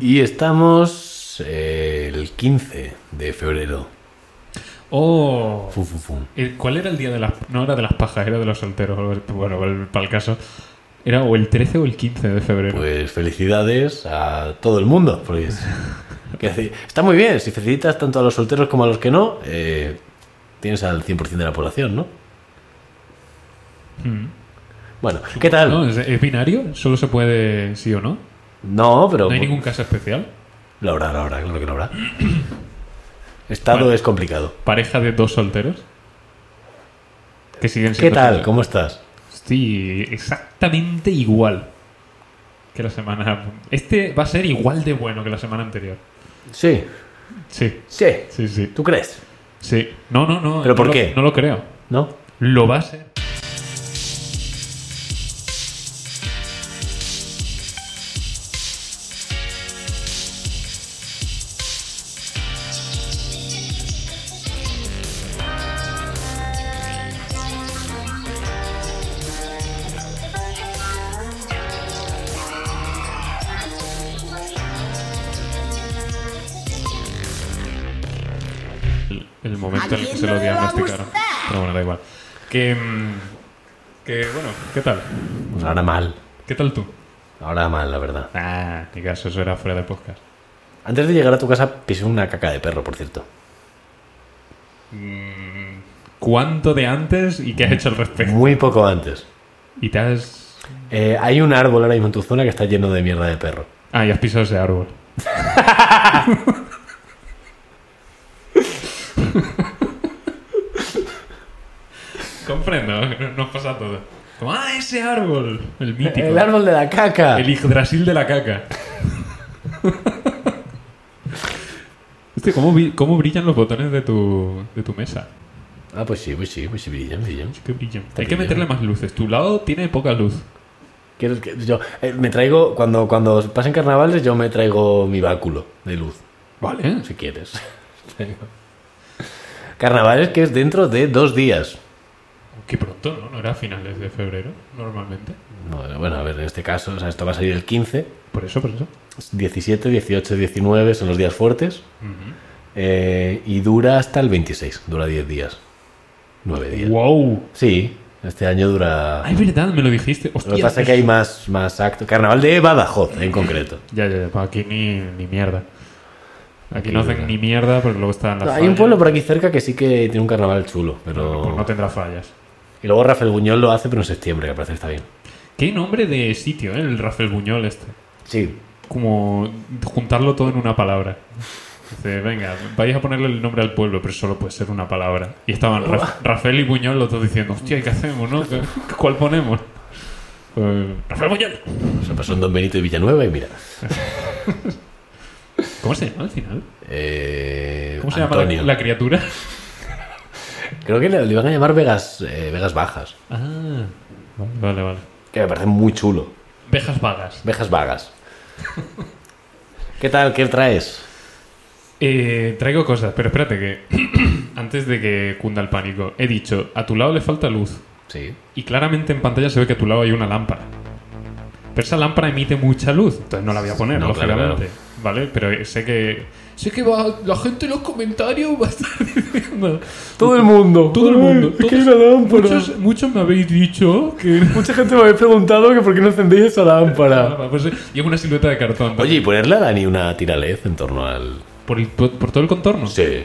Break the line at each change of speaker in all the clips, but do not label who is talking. Y estamos eh, el 15 de febrero.
¡Oh!
Fu, fu, fu.
Eh, ¿Cuál era el día de las... No era de las pajas, era de los solteros. Bueno, para el- para el caso. Era o el 13 o el 15 de febrero.
Pues felicidades a todo el mundo. Porque es- ¿qué hace? está muy bien, si felicitas tanto a los solteros como a los que no, eh, tienes al 100% de la población, ¿no?
Mm.
Bueno, ¿qué tal?
No,
No,
¿es, es binario? ¿Solo se puede sí o no?
pero...
¿No hay ningún caso especial?
Lo habrá, lo habrá, claro que lo habrá. Estado
Bueno.
es complicado.
¿Pareja de dos solteros? Que siguen
¿Qué
siendo
tal?
solteros.
¿Cómo estás?
Estoy exactamente igual que la semana... Este va a ser igual de bueno que la semana anterior.
Sí,
Sí,
sí.
sí, sí.
¿Tú crees?
sí. No, no, no.
¿Pero
no
por
lo-
qué?
No lo creo.
¿No?
Lo va a ser. el, el momento en el que se lo diagnosticaron. Pero bueno, da igual. Que, mm, que bueno, ¿qué tal?
Pues ahora mal.
¿Qué tal tú?
Ahora mal, la verdad.
Ah, ni caso, eso era fuera de podcast.
Antes de llegar a tu casa pisé una caca de perro, por cierto.
Mm, ¿Cuánto de antes y qué has hecho al respecto?
Muy poco antes.
Y te has...
Eh, hay un árbol ahora mismo en tu zona que está lleno de mierda de perro.
Ah, y has pisado ese árbol. Comprendo, nos pasa todo. Como, ¡Ah, ese árbol! El mítico.
El árbol de la caca.
El Yggdrasil de la caca. Hostia, Este, ¿cómo, vi- cómo brillan los botones de tu, de tu mesa?
Ah, pues sí, pues sí, pues sí, brillan, brillan.
Sí que brillan.
Está
Hay que
brillan.
meterle más luces. Tu lado tiene poca luz.
Quiero que yo eh, me traigo cuando cuando pasen carnavales yo me traigo mi báculo de luz,
Vale.
si quieres.
Eh,
carnavales que es dentro de dos días.
Que pronto, ¿no? No era a finales de febrero, normalmente.
No, bueno, a ver, en este caso, o sea, esto va a salir el 15,
Por eso, por eso.
17, 18, 19 son los días fuertes eh, y dura hasta el 26, dura 10 días, 9 días.
¡Wow!
Sí, este año dura.
Ah, es verdad, me lo dijiste.
Lo que
Hostia,
pasa es que hay más, más actos. Carnaval de Badajoz, en concreto.
pues, Ya, ya, ya. pa, Aquí ni, ni mierda. Aquí
Aquí
no hacen
dura.
ni mierda, pero luego están las
Hay un
fallas.
pueblo por aquí cerca que sí que tiene un carnaval chulo,
Pues no
pero.
tendrá fallas.
Y luego Rafael Buñol lo hace, pero en septiembre, que parece que está bien.
Qué nombre de sitio, ¿eh? El Rafael Buñol este.
Sí.
como juntarlo todo en una palabra. Dice, venga, vais a ponerle el nombre al pueblo, pero solo puede ser una palabra. Y estaban Ra- Rafael y Buñol los dos diciendo, hostia, ¿qué hacemos, no? ¿Qué- ¿Cuál ponemos? Eh, Rafael Buñol.
Se pasó en Don Benito y Villanueva y mira.
¿Cómo se llama al final?
Eh,
¿Cómo se
Antonio.
llama la, la criatura?
Creo que le, le van a llamar Vegas, eh, Vegas Bajas,
Ah, vale, vale, vale.
que me parece muy chulo.
Vejas vagas.
Vegas Vagas. ¿Qué tal? ¿Qué traes?
Eh, traigo cosas, pero espérate que antes de que cunda el pánico, he dicho, a tu lado le falta luz.
Sí.
Y claramente en pantalla se ve que a tu lado hay una lámpara. Pero esa lámpara emite mucha luz, entonces no la voy a poner,
No, claro,
lógicamente. ¿Vale? Pero sé que. Sé que va, la gente en los comentarios va a estar diciendo.
Todo el mundo.
Todo el mundo. todos- muchos,
Muchos-
muchos me habéis dicho que.
mucha gente me había preguntado que por qué no encendéis esa lámpara.
Pues, eh, lleva una silueta de cartón. ¿no?
Oye, ¿y ponerle a Dani una tira LED en torno al...?
Por, el- por- por todo el contorno.
Sí.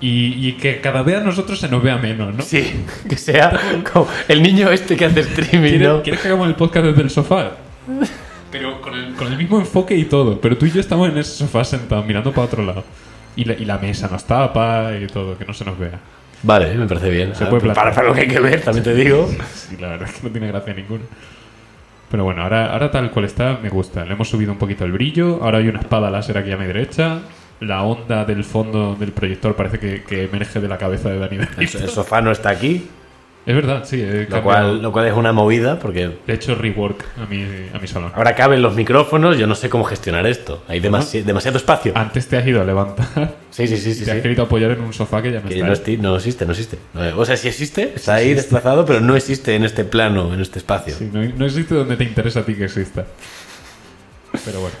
Y, y que cada vez a nosotros se nos vea menos, ¿no?
Sí, que sea como el niño este que hace streaming,
¿Quieres,
¿no?
quieres que hagamos el podcast desde el sofá? Pero con el, con el mismo enfoque y todo. Pero tú y yo estamos en ese sofá sentados mirando para otro lado. Y la, y la mesa nos tapa y todo, que no se nos vea.
Vale, me parece bien.
Se puede
Ah, pues para,
plantear.
para lo que hay que ver, también te digo.
Sí, la verdad es que no tiene gracia ninguna. Pero bueno, ahora, ahora tal cual está, me gusta. Le hemos subido un poquito el brillo. Ahora hay una espada láser aquí a mi derecha. La onda del fondo del proyector parece que, que emerge de la cabeza de Dani.
El,
Es
so- el sofá no está aquí,
verdad, sí. he
lo
cambiado.
cual, lo cual es una movida porque
Le he hecho rework a mi, a mi salón.
ahora caben los micrófonos, yo no sé cómo gestionar esto. Hay demasi- demasiado espacio.
Antes te has ido a levantar
Sí, sí, sí, sí.
Y te has
sí.
querido apoyar en un sofá que ya me
Que
está.
no, esti- no existe, no existe. No- o sea, sí existe, está ahí desplazado, pero no existe en este plano, en este espacio.
Sí, no, no existe donde te interesa a ti que exista. Pero bueno.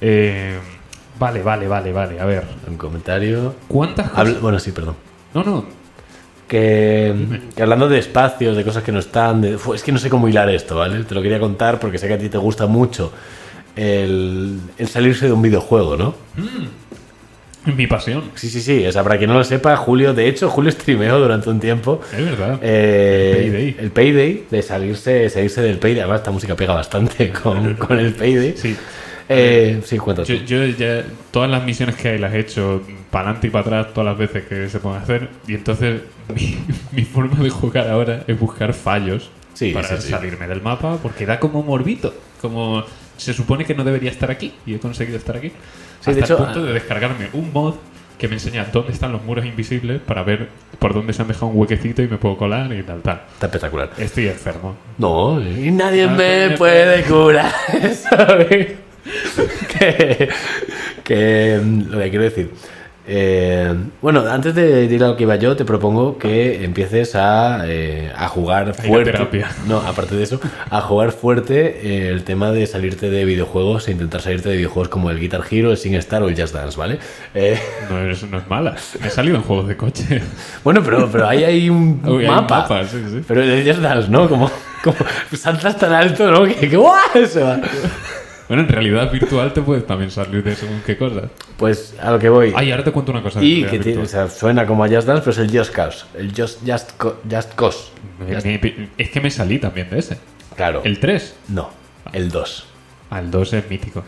Eh, vale, vale, vale, vale. A ver.
Un comentario.
¿Cuántas cosas?
Habla- bueno, sí, perdón.
No, no.
Que, que hablando de espacios, de cosas que no están, de- Fu, es que no sé cómo hilar esto, ¿vale? Te lo quería contar porque sé que a ti te gusta mucho el, el salirse de un videojuego, ¿no?
Mi pasión.
Sí, sí, sí. O sea, para quien no lo sepa, Julio, de hecho, Julio streameó durante un tiempo
Es verdad.
eh,
El Payday.
el Payday, de salirse, salirse del Payday. Además, esta música pega bastante con, con el Payday.
Sí.
Eh, sí, cuéntate.
Yo, yo ya todas las misiones que hay las he hecho para adelante y para atrás todas las veces que se pueden hacer y entonces mi, mi forma de jugar ahora es buscar fallos
Sí,
para
sí, sí.
salirme del mapa porque da como morbito, como se supone que no debería estar aquí y he conseguido estar aquí.
Sí,
Hasta
de hecho,
el punto
ah.
de descargarme un mod que me enseña dónde están los muros invisibles para ver por dónde se han dejado un huequecito y me puedo colar y tal, tal.
Está espectacular.
Estoy enfermo.
No, eh. y nadie
Ah,
me
coño.
puede curar, ¿sabes? que, que, mm, lo que quiero decir. eh, bueno, antes de ir a lo que iba yo, te propongo que empieces a, eh, a jugar
a
fuerte.
terapia.
No, aparte de eso, a jugar fuerte eh, el tema de salirte de videojuegos e intentar salirte de videojuegos como el Guitar Hero, el SingStar o el Just Dance, ¿vale? Eh,
No es, no es mala. Me he salido en juegos de coche.
bueno, pero, pero ahí hay un
Uy, hay un
mapa.
mapa, sí, sí.
Pero el Just Dance, ¿no? Como, como saltas tan alto, ¿no? Que, que ¡guau! se va.
Bueno, en realidad virtual te puedes también salir de según qué cosas.
Pues a lo que voy.
Ay, ahora te cuento una cosa. de
y
realidad
que tiene- o
virtual.
sea, suena como a Just Dance, pero es el Just Cause. El Just, just, Co- Just Cause.
Me-
Just-
me- me- Eh, es que me salí también de ese.
claro.
El 3.
no, el 2.
Al 2 es mítico.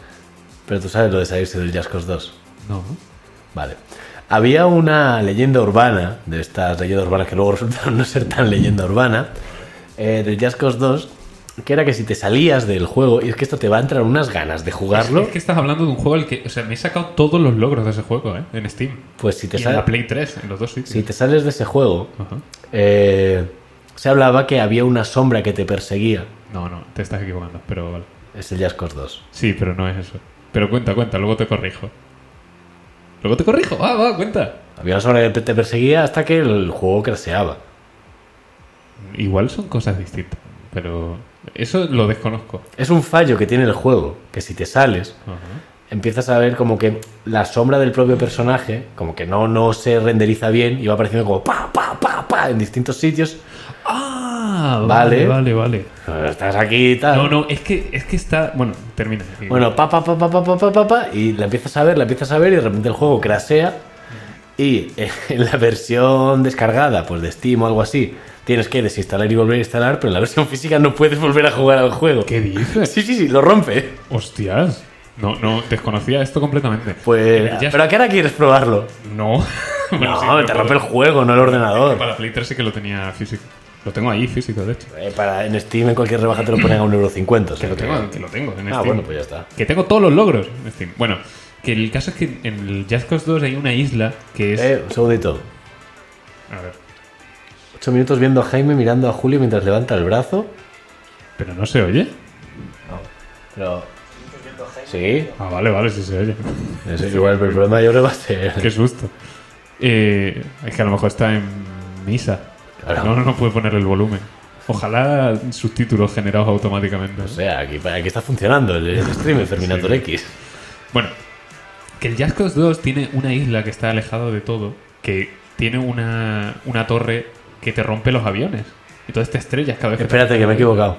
Pero tú sabes lo de salirse del Just Cause 2.
No.
Vale. Había una leyenda urbana, de estas leyendas urbanas que luego resultaron no ser tan leyenda urbana, eh, del Just Cause 2, que era que si te salías del juego, y es que esto te va a entrar unas ganas de jugarlo,
Es que estás hablando de un juego al que. O sea, me he sacado todos los logros de ese juego, ¿eh? En Steam.
pues si te,
Y en la
sal-
Play 3, en los dos sitios.
si te sales de ese juego,
Ajá.
eh, se hablaba que había una sombra que te perseguía.
No, no, te estás equivocando, pero vale.
Es el Just Cause 2.
Sí, pero no es eso. Pero cuenta, cuenta, luego te corrijo. Luego te corrijo, va, va, cuenta.
Había una sombra que te perseguía hasta que el juego craseaba.
Igual son cosas distintas, pero eso lo desconozco.
Es un fallo que tiene el juego, que si te sales,
Ajá.
empiezas a ver como que la sombra del propio personaje, como que no, no se renderiza bien y va apareciendo como pa, pa, pa, pa en distintos sitios.
Ah,
Vale.
vale, vale, vale.
Eh, Estás aquí y tal.
No, no, es que, es que está. Bueno, termina. Eh, Sí.
Bueno, pa, pa, pa, pa, pa, pa, pa, pa, pa, y la empiezas a ver, la empiezas a ver y de repente el juego crasea y eh, en la versión descargada, pues de Steam o algo así, tienes que desinstalar y volver a instalar, pero en la versión física no puedes volver a jugar al juego.
¿Qué dices?
Sí, sí, sí, lo rompe.
Hostias. No, no, desconocía esto completamente. Eh,
Pues,
Ya-
¿pero a qué hora quieres probarlo?
No. Bueno, sí,
no,
pero
te
para-
rompe el juego, no el ordenador.
Para Play 3 sí que lo tenía físico. Lo tengo ahí físico, de hecho.
Eh, para, en Steam en cualquier rebaja te lo ponen a 1,50€. o sea
Que lo
que-
tengo, que lo tengo en
Ah,
Steam.
bueno, pues ya está.
Que tengo todos los logros en Steam. Bueno, que el caso es que en el Just Cause 2 hay una isla que es.
Eh, un segundito.
A ver.
Ocho minutos viendo a Jaime mirando a Julio mientras levanta el brazo.
Pero no se oye.
Pero... Sí,
Ah, vale, vale, sí se oye.
eso es igual, pero el problema yo creo que va a ser...
Qué susto. Eh, es que a lo mejor está en misa.
Claro.
No, no puede poner el volumen. Ojalá subtítulos generados automáticamente.
O sea, aquí, aquí está funcionando el, el stream, el Ferminator
Sí.
X.
Bueno, que el Just Cause 2 tiene una isla que está alejado de todo, que tiene una, una torre que te rompe los aviones. Entonces te estrellas cada vez que...
Espérate, que me he equivocado.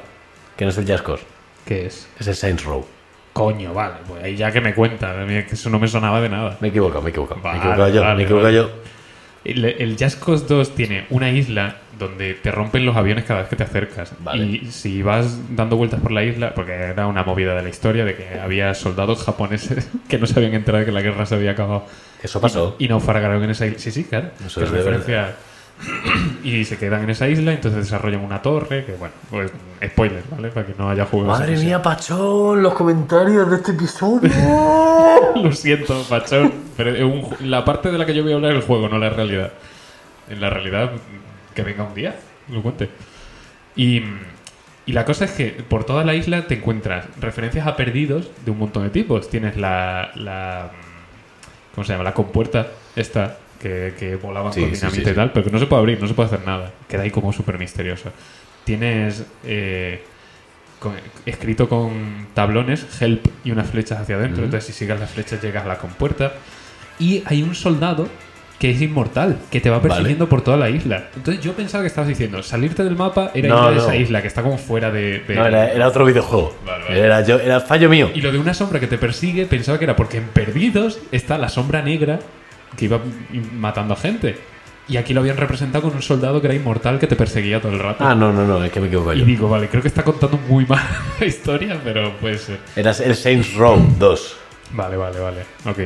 Que no es el Jascos,
¿Qué es?
es el Saints Row.
Coño, vale, pues ahí ya que me cuenta, a mí es que eso no me sonaba de nada.
Me he equivocado, me he equivocado. me he
Vale,
equivocado yo, me
vale,
he equivocado
vale.
yo.
El, el Just Cause 2 tiene una isla donde te rompen los aviones cada vez que te acercas.
Vale.
Y si vas dando vueltas por la isla, porque era una movida de la historia de que había soldados japoneses que no se habían enterado de que la guerra se había acabado
Eso pasó.
y naufragaron en esa isla. Sí, sí, claro.
Eso
Que
es
es
de
referencia- Y se quedan en esa isla, entonces desarrollan una torre, que bueno, pues spoiler, ¿vale? Para que no haya jugado. esa
Madre
cosa.
mía, Pachón, los comentarios de este episodio.
Lo siento, Pachón, pero es un ju- la parte de la que yo voy a hablar es el juego, no la realidad. En la realidad, que venga un día, lo cuente. Y, y la cosa es que por toda la isla te encuentras referencias a perdidos de un montón de tipos. Tienes la. la mm, ¿Cómo se llama? La compuerta esta que, que volaban
Sí,
con
sí,
dinamita
sí, sí.
y tal, pero que no se puede abrir, no se puede hacer nada. Queda ahí como súper misterioso. Tienes. eh, con- escrito con tablones, help y unas flechas hacia adentro. Entonces, si sigues las flechas, llegas a la compuerta. Y hay un soldado que es inmortal, que te va persiguiendo por toda la isla. Entonces, yo pensaba que estabas diciendo, salirte del mapa era
No,
ir a
no.
esa isla, que está como fuera de. de-
No, era, era otro videojuego.
Vale, vale.
Era, yo, era fallo mío.
Y lo de una sombra que te persigue, pensaba que era porque en Perdidos está la sombra negra que iba matando a gente. Y aquí lo habían representado con un soldado que era inmortal que te perseguía todo el rato.
Ah, no, no, no, es que me equivoco
y
yo.
digo, vale, creo que está contando muy mal la historia, pero puede ser.
Era el Saints Row 2.
Vale, vale, vale. Ok.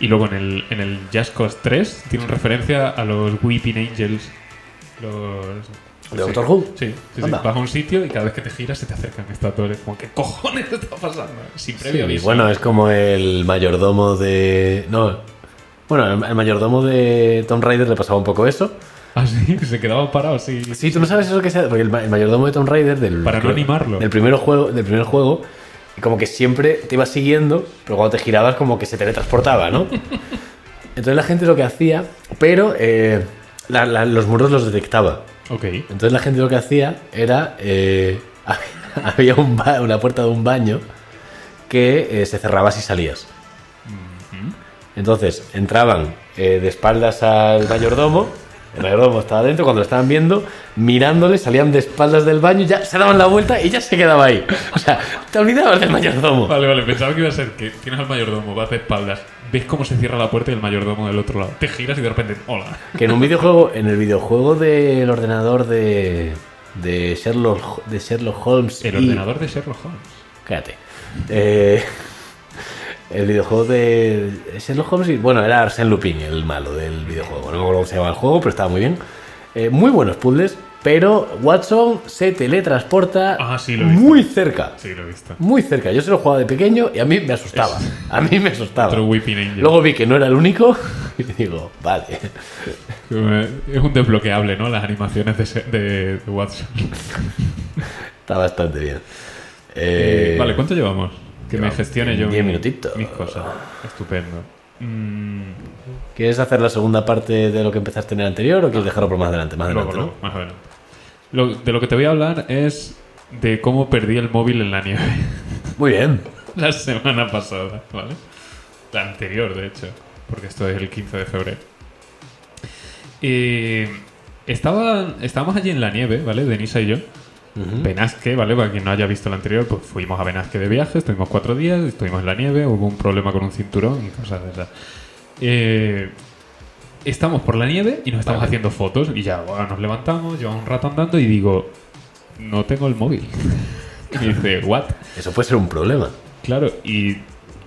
Y luego en el, en el Just Cause 3 tienen referencia a los Weeping Angels. Los.
¿De Doctor Who?
Sí, sí, sí.
Anda.
Vas a un sitio y cada vez que te giras se te acercan estatuas. Como, ¿qué cojones está pasando? Sin previo
Y
aviso.
bueno, es como el mayordomo de. No. Bueno, el, el mayordomo de Tomb Raider le pasaba un poco eso.
Así, Ah, se quedaba parado, sí.
Sí, tú no sabes eso que sea. Porque el, ma- el mayordomo de Tomb Raider del.
Para no animarlo.
Del primer juego, del primer juego, como que siempre te iba siguiendo, pero cuando te girabas, como que se teletransportaba, ¿no? Entonces la gente lo que hacía, pero eh, la- la- los muros los detectaba.
Ok.
Entonces la gente lo que hacía era. eh, había un ba- una puerta de un baño que eh, se cerraba si salías. Entonces entraban eh, de espaldas al mayordomo. El mayordomo estaba dentro, cuando lo estaban viendo, mirándole, salían de espaldas del baño, ya se daban la vuelta y ya se quedaba ahí. O sea, te olvidabas del mayordomo.
Vale, vale, pensaba que iba a ser que tienes al mayordomo, vas de espaldas, ves cómo se cierra la puerta y el mayordomo del otro lado. Te giras y de repente, hola.
Que en un videojuego, en el videojuego del ordenador de, de, Sherlock, de Sherlock Holmes.
El
y-
ordenador de Sherlock Holmes.
Cállate. Eh, el videojuego de Sherlock Holmes. y- bueno, era Arsène Lupin, el malo del videojuego. No me acuerdo cómo se llama el juego, pero estaba muy bien. Eh, muy buenos puzzles, pero Watson se teletransporta
Ah, sí, lo he visto.
muy cerca.
Sí, lo he visto.
Muy cerca. Yo se lo jugaba de pequeño y a mí me asustaba. A mí me asustaba.
Otro Weeping Angel.
Luego vi que no era el único y digo, vale.
eh, Es un desbloqueable, ¿no? Las animaciones de, se- de- de Watson.
Está bastante bien. Eh,
vale, ¿cuánto llevamos? Que me
llevamos
gestione yo
diez
mi-
minutitos.
mis cosas. Estupendo. Mm,
¿Quieres hacer la segunda parte de lo que empezaste en el anterior o quieres dejarlo por más adelante? Más
luego,
adelante, ¿no?
luego, más adelante. Lo- de lo que te voy a hablar es de cómo perdí el móvil en la nieve.
Muy bien.
La semana pasada, ¿vale? La anterior, de hecho, porque esto es el 15 de febrero. Eh, estaba, estábamos allí en la nieve, ¿vale? Denisa y yo. Benasque, ¿vale? Para quien no haya visto la anterior, pues fuimos a Benasque de viaje, estuvimos cuatro días, estuvimos en la nieve, hubo un problema con un cinturón y cosas de esas. Eh, estamos por la nieve y nos estamos haciendo fotos y ya bueno, nos levantamos, llevamos un rato andando y digo, no tengo el móvil. y dice, ¿what?
Eso puede ser un problema.
Claro, y,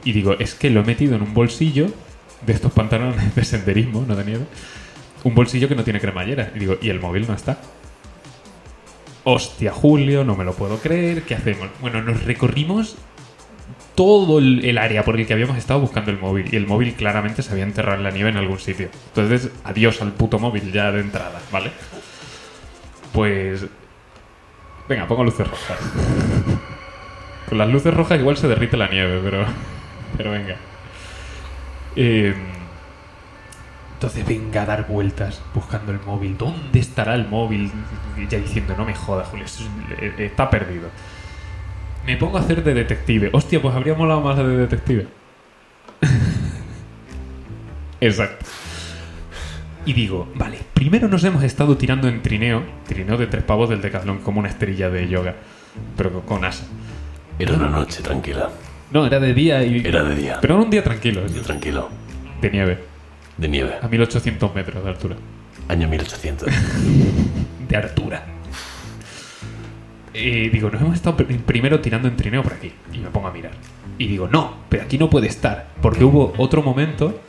y digo, es que lo he metido en un bolsillo de estos pantalones de senderismo, no de nieve. Un bolsillo que no tiene cremallera. Y digo, y el móvil no está. Hostia, Julio, no me lo puedo creer. ¿Qué hacemos? Bueno, nos recorrimos todo el, el área por el que habíamos estado buscando el móvil. Y el móvil claramente se había enterrado en la nieve en algún sitio. Entonces, adiós al puto móvil ya de entrada, ¿vale? Pues. Venga, pongo luces rojas. Con las luces rojas igual se derrite la nieve, pero. Pero venga. Eh, entonces venga a dar vueltas buscando el móvil. ¿Dónde estará el móvil? Y Ya diciendo, no me jodas, Julio, esto es- eh, está perdido. Me pongo a hacer de detective. Hostia, pues habría molado más la de detective. Exacto. Y digo, vale, primero nos hemos estado tirando en trineo, trineo de tres pavos del Decathlon, como una estrella de yoga, pero con asa.
Era una noche tranquila.
No, era de día y.
Era de día.
Pero era un día tranquilo,
Yo tranquilo.
de nieve,
De nieve.
a 1800 metros de altura.
Año 1800.
De altura. Eh, digo, nos hemos estado pr- primero tirando en trineo por aquí. Y me pongo a mirar. Y digo, no, pero aquí no puede estar. Porque hubo otro momento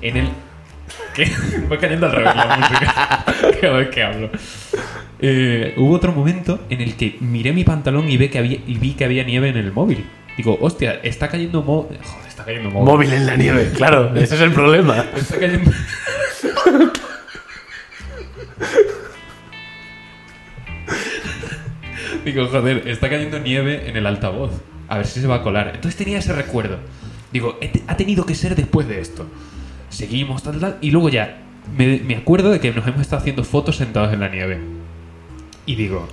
en el. ¿Qué? Voy cayendo al revés la música. Cada vez que hablo. Eh, hubo otro momento en el que miré mi pantalón y, ve que había, y vi que había nieve en el móvil. Digo, hostia, está cayendo mo- Joder, está cayendo móvil.
Móvil en la nieve, claro. Ese es el problema.
Está cayendo. Digo, joder, está cayendo nieve en el altavoz. A ver si se va a colar. Entonces tenía ese recuerdo. Digo, he te- ha tenido que ser después de esto. Seguimos, tal, tal. Y luego ya, me, me acuerdo de que nos hemos estado haciendo fotos sentados en la nieve. Y digo,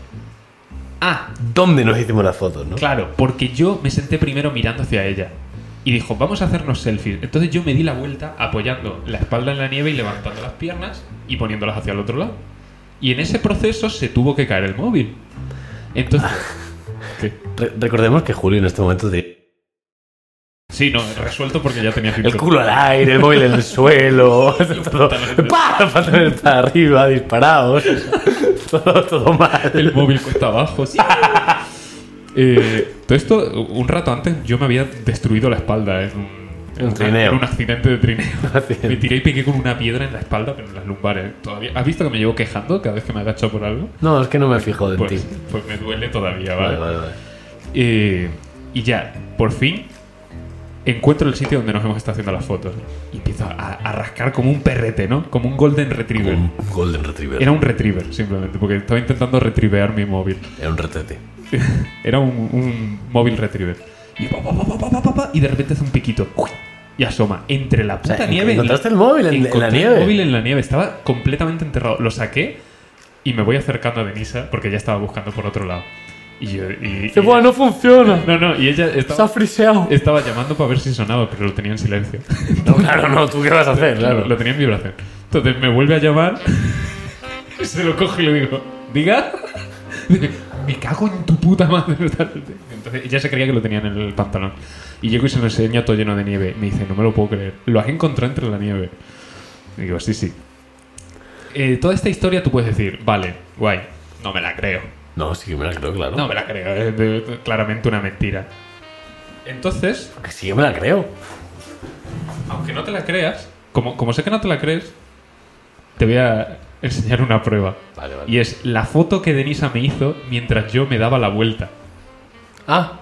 Ah,
¿Dónde nos hicimos las fotos, no?
Claro, porque yo me senté primero mirando hacia ella. Y dijo, vamos a hacernos selfies. Entonces yo me di la vuelta apoyando la espalda en la nieve y levantando las piernas y poniéndolas hacia el otro lado. Y en ese proceso se tuvo que caer el móvil. Entonces... ¿Qué?
Re- recordemos que Julio en este momento tiene
Sí, no, resuelto porque ya tenía
el
filtro.
culo al aire, el móvil en el suelo, todo,
pantalones.
¡pah! Los pantalones para arriba, disparados, todo, todo mal.
El móvil cuesta abajo. sí. Eh, todo esto, un rato antes, yo me había destruido la espalda en un,
En un trineo.
en un accidente de trineo.
accidente.
me tiré y pegué con una piedra en la espalda, pero en las lumbares. Todavía, ¿Has visto que me llevo quejando cada vez que me agacho por algo?
No, es que no me fijo de
Pues,
ti.
pues me duele todavía,
Vale,
¿vale?
vale, vale.
Eh, y ya, por fin, encuentro el sitio donde nos hemos estado haciendo las fotos. Y empiezo a, a rascar como un perrete, ¿no? Como un golden retriever.
Un Golden Retriever.
Era un retriever, simplemente, porque estaba intentando retrivear mi móvil.
Era un retrete.
Era un, un móvil retriever. Y, pa, pa, pa, pa, pa, pa, pa, y de repente hace un piquito. ¡Uy! Y asoma. Entre la puta
sea,
nieve.
encontraste el móvil en- en la
Encontré
nieve.
El móvil en la nieve. Estaba completamente enterrado. Lo saqué y me voy acercando a Denisa porque ya estaba buscando por otro lado. Y yo. Y, y-
no funciona!
no, no, y ella estaba,
friseado!
estaba llamando para ver si sonaba, pero lo tenía en silencio.
No, claro, no, ¿tú qué vas a hacer? Claro.
Lo tenía en vibración. Entonces me vuelve a llamar. se lo coge y le digo, ¿diga? Me cago en tu puta madre. Entonces ella se creía que lo tenía en el pantalón. Y llego y se lo enseña todo lleno de nieve. Me dice, no me lo puedo creer. Lo has encontrado entre la nieve. Y digo, sí, sí. Eh, toda esta historia tú puedes decir, vale, guay, no me la creo.
No, sí que me la creo, claro.
No me la creo, es de- claramente una mentira. Entonces,
Que sí que me la creo.
aunque no te la creas, como, como sé que no te la crees, te voy a enseñar una prueba.
Vale, vale.
Y es la foto que Denisa me hizo mientras yo me daba la vuelta.
Ah,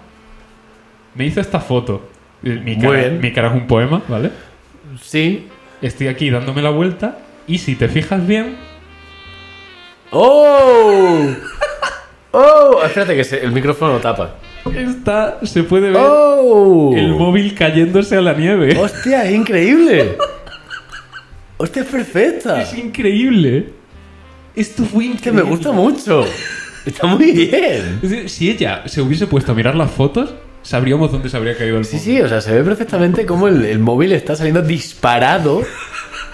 Me hizo esta foto. Eh, Mi
Muy
cara,
bien.
mi cara es un poema, ¿vale?
sí.
Estoy aquí dándome la vuelta y si te fijas bien,
¡Oh! ¡Oh! Espérate que se- el micrófono lo tapa.
está, se puede ver
¡Oh!
el móvil cayéndose a la nieve.
¡Hostia, es increíble! ¡Hostia, es perfecta!
Es increíble. Esto fue
Que
increíble.
me gusta mucho. Está muy bien.
Es decir, si ella se hubiese puesto a mirar las fotos, sabríamos dónde se habría caído el
Sí,
móvil.
sí, o sea, se ve perfectamente cómo el, el móvil está saliendo disparado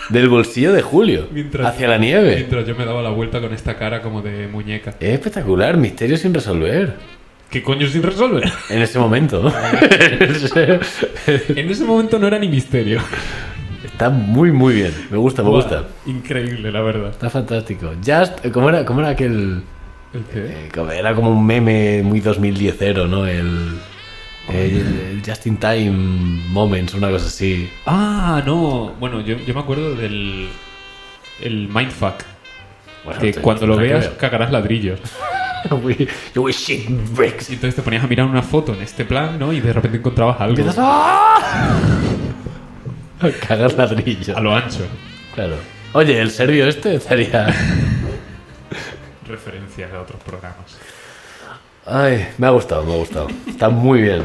del bolsillo de Julio
Mientras-
hacia la nieve.
Mientras yo me daba la vuelta con esta cara como de muñeca.
Es espectacular, misterio sin resolver.
¿Qué coño sin resolver?
En ese momento.
en ese momento no era ni misterio.
está muy, muy bien. Me gusta, me
Buah,
gusta.
Increíble, la verdad.
Está fantástico. Just, ¿cómo era, cómo era aquel...?
¿El qué?
eh, como- era como un meme muy 2010 ¿no? El, el- el Just in Time Moments, una cosa así.
Ah, no. Bueno, yo, yo me acuerdo del. El Mindfuck.
Bueno,
Que
te-
cuando lo
tendrá Ah, que
veas cagarás ladrillos.
ver. Yo voy shit bricks.
Y entonces te ponías a mirar una foto en este plan, ¿no? Y de repente encontrabas algo
Empiezas a... Cagar ladrillo.
¡ah! a lo ancho.
Claro. Oye, el serbio este estaría...
Referencias a otros programas.
Ay, me ha gustado, me ha gustado. Está muy bien.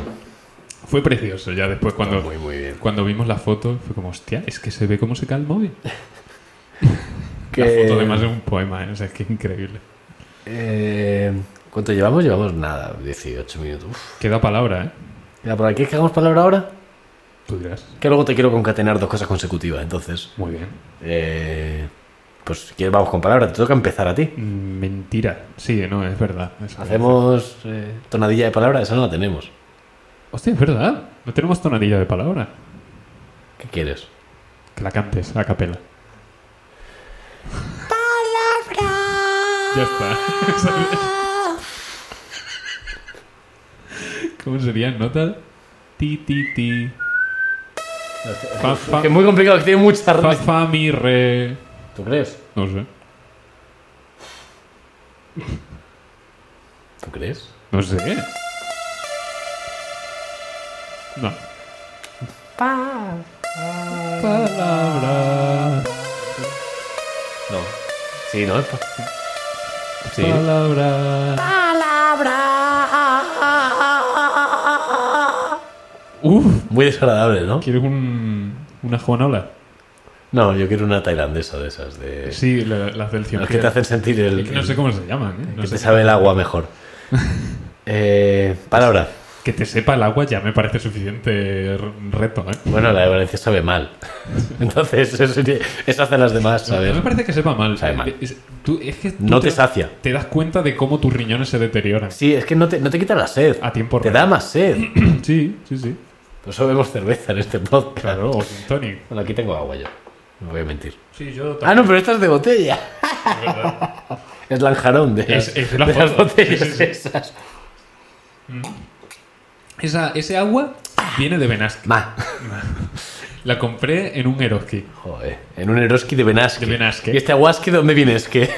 Fue precioso ya después cuando.
Muy, muy bien.
Cuando vimos la foto, fue como, hostia, es que se ve cómo se cae el móvil.
Que-
La foto además es un poema, ¿eh? o sea, es que es increíble.
eh, ¿Cuánto llevamos? Llevamos nada, 18 minutos. Uf.
Queda palabra, ¿eh?
Mira, ¿por aquí es que hagamos palabra ahora?
Tú dirás.
Que luego te quiero concatenar dos cosas consecutivas, entonces...
Muy bien.
Eh, pues si quieres, vamos con palabra, te toca empezar a ti.
Mm, Mentira. Sí, no, es verdad. es verdad.
Hacemos eh, tonadilla de palabra, esa no la tenemos.
Hostia, es verdad. No tenemos tonadilla de palabra.
¿Qué quieres?
Que la cantes a capela. Ya está. ¿Cómo sería? ¿Nota? Ti, ti, ti. Fa, fa,
Que es muy complicado, que tiene mucha
fa,
raza.
fa, mi, re.
¿Tú crees?
No sé.
¿Tú crees?
No sé. No. Palabra.
No. Sí, no es pa- Sí.
Palabra.
Palabra.
Uf.
Muy desagradable, ¿no?
¿Quieres un, una juanola?
No, yo quiero una tailandesa de esas, de...
Sí, la- las del cien
Las que te hacen sentir el...
Es que no sé cómo se llaman, ¿eh? No
que te
sé.
sabe el agua mejor. Eh, palabra.
Que te sepa el agua ya me parece suficiente r- reto, ¿eh?
Bueno, la de Valencia sabe mal. Entonces, eso, sería- eso hacen las demás,
No,
saber.
no me parece que sepa mal. Eh,
Sabe mal.
Es, tú- es que tú
No te sacia.
te das cuenta de cómo tus riñones se deterioran.
Sí, es que no te, no te quita la sed.
A tiempo
Te
real.
da más sed.
Sí, sí, sí.
Por eso bebemos cerveza en este podcast.
Claro, o sin Tony.
Bueno, aquí tengo agua yo. No voy a mentir.
Sí, yo
Ah, no, pero esta es de botella. Es lanjarón de,
Es-
las-
es de la
de las
foto.
botellas
Sí, sí, sí.
esas.
Esa, ese agua viene de Benasque.
Ma.
La compré en un Eroski.
Joder, en un Eroski de Benasque.
De Benasque.
¿Y este aguasque dónde viene? Es que.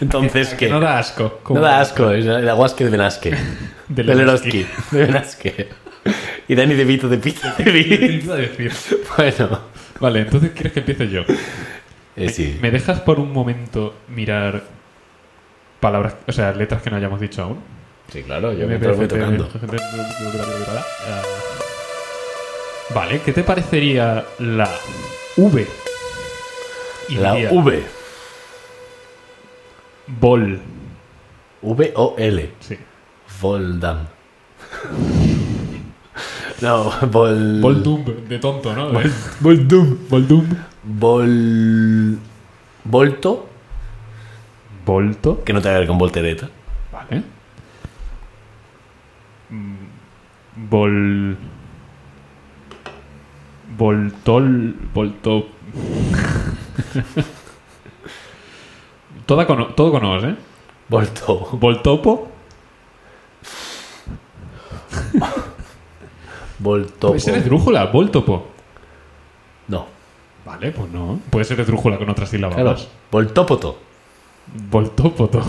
Entonces, ¿qué?
No da asco.
No da asco, es el aguasque de Benasque.
Del
Del
Eroski.
Eroski. De Benasque. Y Dani de Vito de Pita de
¿Qué
Vito.
te iba a decir?
Bueno,
Vale, entonces quieres que empiece yo.
eh, sí.
¿Me dejas por un momento mirar palabras, o sea, letras que no hayamos dicho aún?
Sí, claro, yo me voy tocando.
Ah. Vale, ¿qué te parecería la V?
La
Iría
V.
Bol.
V-O-L.
Sí.
Voldam. No, Vol.
Boldum, de tonto, ¿no?
Voldum.
Boldum.
Vol. Volto.
Volto.
Que no te va a ver con voltereta.
Vale. Mm, Vol. Voltol. Volto. Toda con, o- todo con O's, ¿eh?
Volto.
Voltopo.
Voltopo.
Puede ser esdrújula, Voltopo.
No,
Vale, pues no. Puede ser esdrújula con otra sílaba
claro.
más.
Voltópoto.
Voltópoto.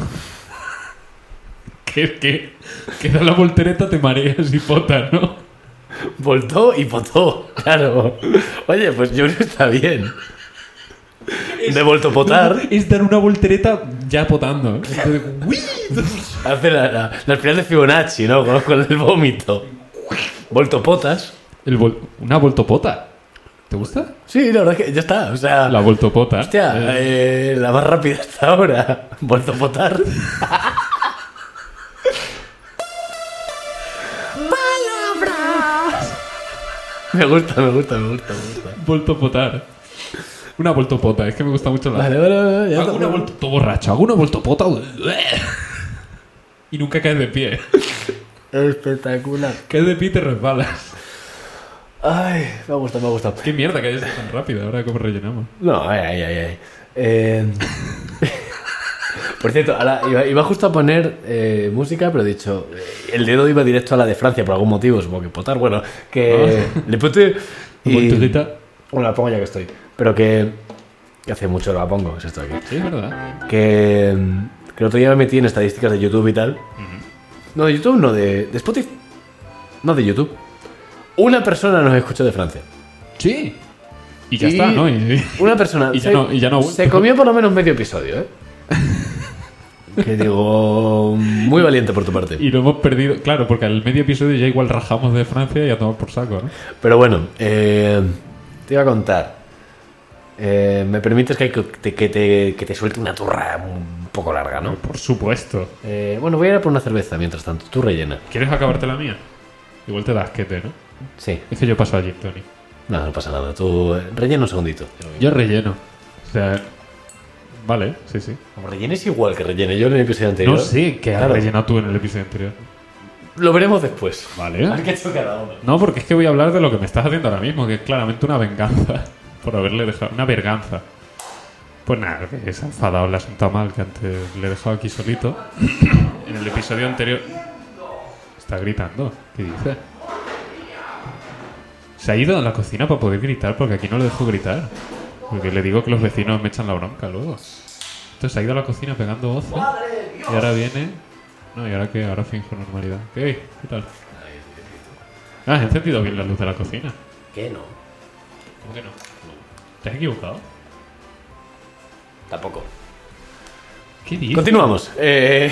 que, que, que da la voltereta, te mareas y pota, ¿no?
Voltó y potó. Claro. Oye, pues yo creo que está bien. De voltopotar.
Es dar una voltereta ya potando. ¿eh? Entonces, ¡uy!
Hace la, la, la espiral de Fibonacci, ¿no? Con, con el vómito. Voltopotas.
El vol- una voltopota. ¿Te gusta?
Sí, la verdad que ya está. O sea.
La voltopota.
Hostia, eh, la más rápida hasta ahora. Voltopotar. Me gusta, me gusta, me gusta, me gusta.
Voltopotar. Una voltopota. Es que me gusta mucho la...
Vale, vale, vale. ya
Hago una
está.
volto... Todo borracho. Hago una voltopota. y nunca caes de pie.
Espectacular.
Caes de pie y te resbalas.
Ay, me ha gustado, me ha gustado.
Qué mierda que hayas ido tan rápido. Ahora cómo rellenamos.
No, ay, ay, ay. ay. Eh, Por cierto, ahora iba, iba justo a poner eh, música, pero he dicho, eh, el dedo iba directo a la de Francia por algún motivo, supongo que potar, bueno, que le pute y...
Voltereta.
Bueno, la pongo ya que estoy, pero que, que hace mucho no la pongo, es esto de aquí.
Sí, es verdad.
Que, mm, que el otro día me metí en estadísticas de YouTube y tal. No, de YouTube, no, de, de Spotify. No, de YouTube. Una persona nos escuchó de Francia.
Sí. Y ya
Y-
está, ¿no? Y-
Una persona.
Y ya
se,
no- y ya no ha vuelto.
se comió por lo menos medio episodio, ¿eh? que digo. Muy valiente por tu parte.
Y lo hemos perdido, claro, porque al medio episodio ya igual rajamos de Francia y a tomar por saco, ¿no?
Pero bueno, eh, te iba a contar. Eh, Me permites que, que, te, que te- que te suelte una turra un poco larga, ¿no?
Por supuesto.
Eh, bueno, voy a ir a por una cerveza mientras tanto. Tú rellena.
¿Quieres acabarte la mía? Igual te das quete, ¿no?
Sí.
Es que yo paso a Gin Tony.
No, no pasa nada. Tú eh, rellena un segundito.
Yo relleno. O sea. Vale, sí, sí.
Como rellenes igual que rellene yo en el episodio anterior.
No sé qué has
Claro.
rellenado tú en el episodio anterior.
Lo veremos después. A ver
Vale.
qué ha hecho cada uno.
No, porque es que voy a hablar de lo que me estás haciendo ahora mismo, que es claramente una venganza. Por haberle dejado. Una verganza. Pues nada, que se ha enfadado la santa mal que antes le he dejado aquí solito. en el episodio anterior. Está gritando. ¿Qué dice? Se ha ido a la cocina para poder gritar porque aquí no le dejo gritar. Porque le digo que los vecinos me echan la bronca luego. Entonces se ha ido a la cocina pegando voz. Y ahora viene. No, y ahora que ahora finjo normalidad. ¿Qué? ¿Qué tal? Ah, has encendido bien la luz de la cocina.
¿Qué no?
¿Cómo que no? ¿Te has equivocado?
Tampoco.
¿Qué dices?
Continuamos. Eh,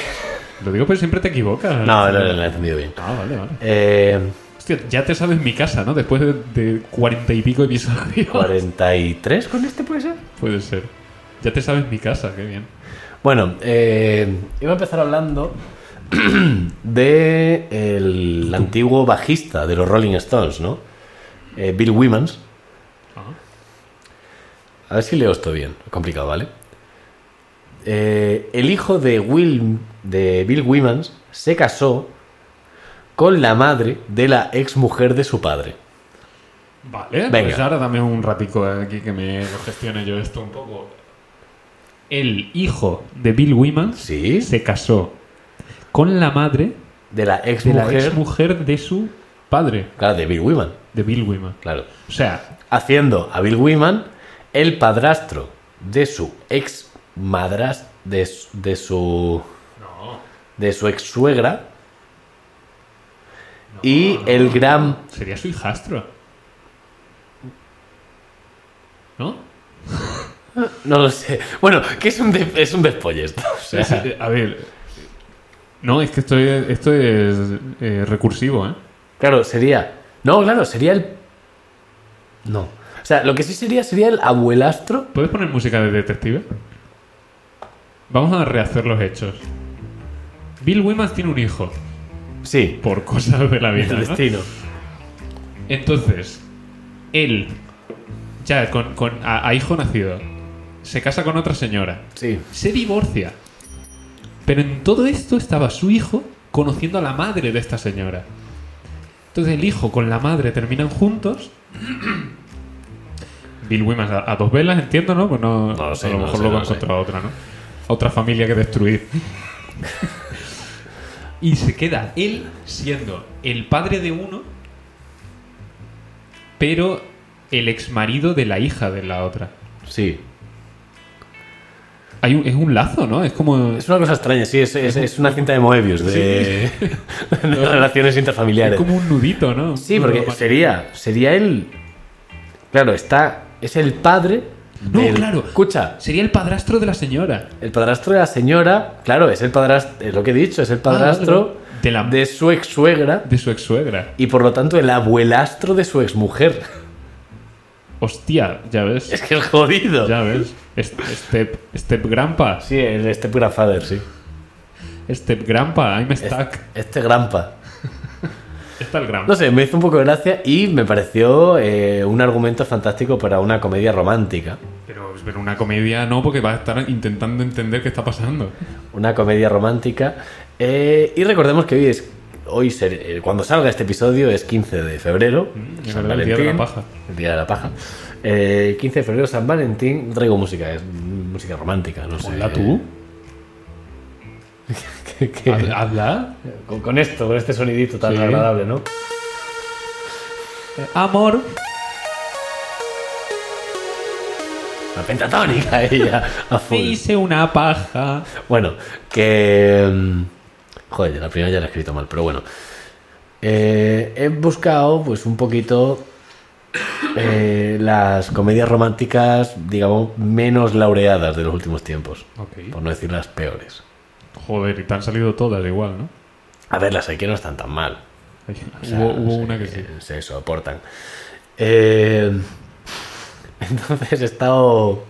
Lo digo porque siempre te equivocas.
No, no, no, lo he entendido bien.
Ah, vale, vale.
Eh,
Hostia, ya te sabes mi casa, ¿no? Después de cuarenta y pico episodios.
43 con este puede ser.
Puede ser. Ya te sabes mi casa, qué bien.
Bueno, eh, iba a empezar hablando de el antiguo bajista de los Rolling Stones, ¿no? Eh, Bill Wimans. A ver si leo esto bien. Complicado, ¿vale? Eh, el hijo de, Will, de Bill Wimans se casó con la madre de la exmujer de su padre.
Vale,
Venga.
pues ahora dame un ratico aquí que me lo gestione yo esto un poco. El hijo de Bill Wimans
Sí.
se casó con la madre
De la
de la
exmujer.
ex mujer de su padre,
claro, de Bill Wiman.
de Bill Wimans.
Claro.
O sea,
haciendo a Bill Wiman el padrastro de su ex madras de, su- de su de su ex suegra y el gran
sería su hijastro. ¿No?
no lo sé bueno que es un de- es un despolle esto o sea,
Es- eh, a ver. No, es que esto es, esto es eh, recursivo, ¿eh?
claro sería no claro sería el no o sea lo que sí sería sería el abuelastro
¿Puedes poner música de detective? Vamos a rehacer los hechos. Bill Wimans tiene un hijo,
sí
por cosas de la vida.
el
¿no?
destino
Entonces, él, ya con, con- a, a hijo nacido, se casa con otra señora,
sí
se divorcia. Pero en todo esto estaba su hijo conociendo a la madre de esta señora. Entonces el hijo con la madre terminan juntos. Bill Wimans a, a dos velas, entiendo, ¿no? Pues no,
No lo sé,
a lo
no lo
mejor
sé,
luego
no lo sé.
encontró a otra, ¿no? A Otra familia que destruir. y se queda él siendo el padre de uno, pero el exmarido de la hija de la otra.
sí
Hay un- es un lazo, ¿no? Es como...
es una cosa extraña sí es, es- es una cinta de Moebius de, de relaciones
Es
interfamiliares
como un nudito, ¿no?
Sí, porque sería, sería el. Claro, está. Es el padre.
No, claro.
Escucha,
Sería el padrastro de la señora.
el padrastro de la señora. Claro, es el padrastro. Es lo que he dicho, es el padrastro
Ah, vale. de la de,
de su ex suegra.
su ex suegra.
Y por lo tanto, el abuelastro de su ex mujer.
Hostia, ya ves.
Es que es jodido.
Ya ves. Es- Step, step Grandpa.
Sí, el este grandfather, sí.
Step Grandpa. I'm stuck.
Este grampa.
Está el Grandpa.
No sé, me hizo un poco de gracia y me pareció eh, un argumento fantástico para una comedia romántica.
Pero, pero una comedia no, porque va a estar intentando entender qué está pasando.
una comedia romántica. Eh, y recordemos que hoy es. Hoy ser- eh, cuando salga este episodio es 15 de febrero.
Mm, es verdad, el día de la paja.
El día de la paja. Eh, 15 de febrero, San Valentín. Traigo música, es mm, música romántica, no sé.
Hazla tú.
¿Qué- qué?
Haz- Hazla.
Con, con esto, con este sonidito tan
Sí.
agradable, ¿no?
Amor.
La pentatónica ella, a
Me
full.
hice una paja.
Bueno, que. mm, Joder, la primera ya la he escrito mal, pero bueno. Eh, he buscado, pues, un poquito. eh, las comedias románticas, digamos, menos laureadas de los últimos tiempos.
Ok.
Por no decir las peores.
Joder, y te han salido todas igual, ¿no?
A ver, las hay que no están tan mal. O sea,
hubo hubo
se-
una que sí.
Se soportan. Eh, entonces he estado.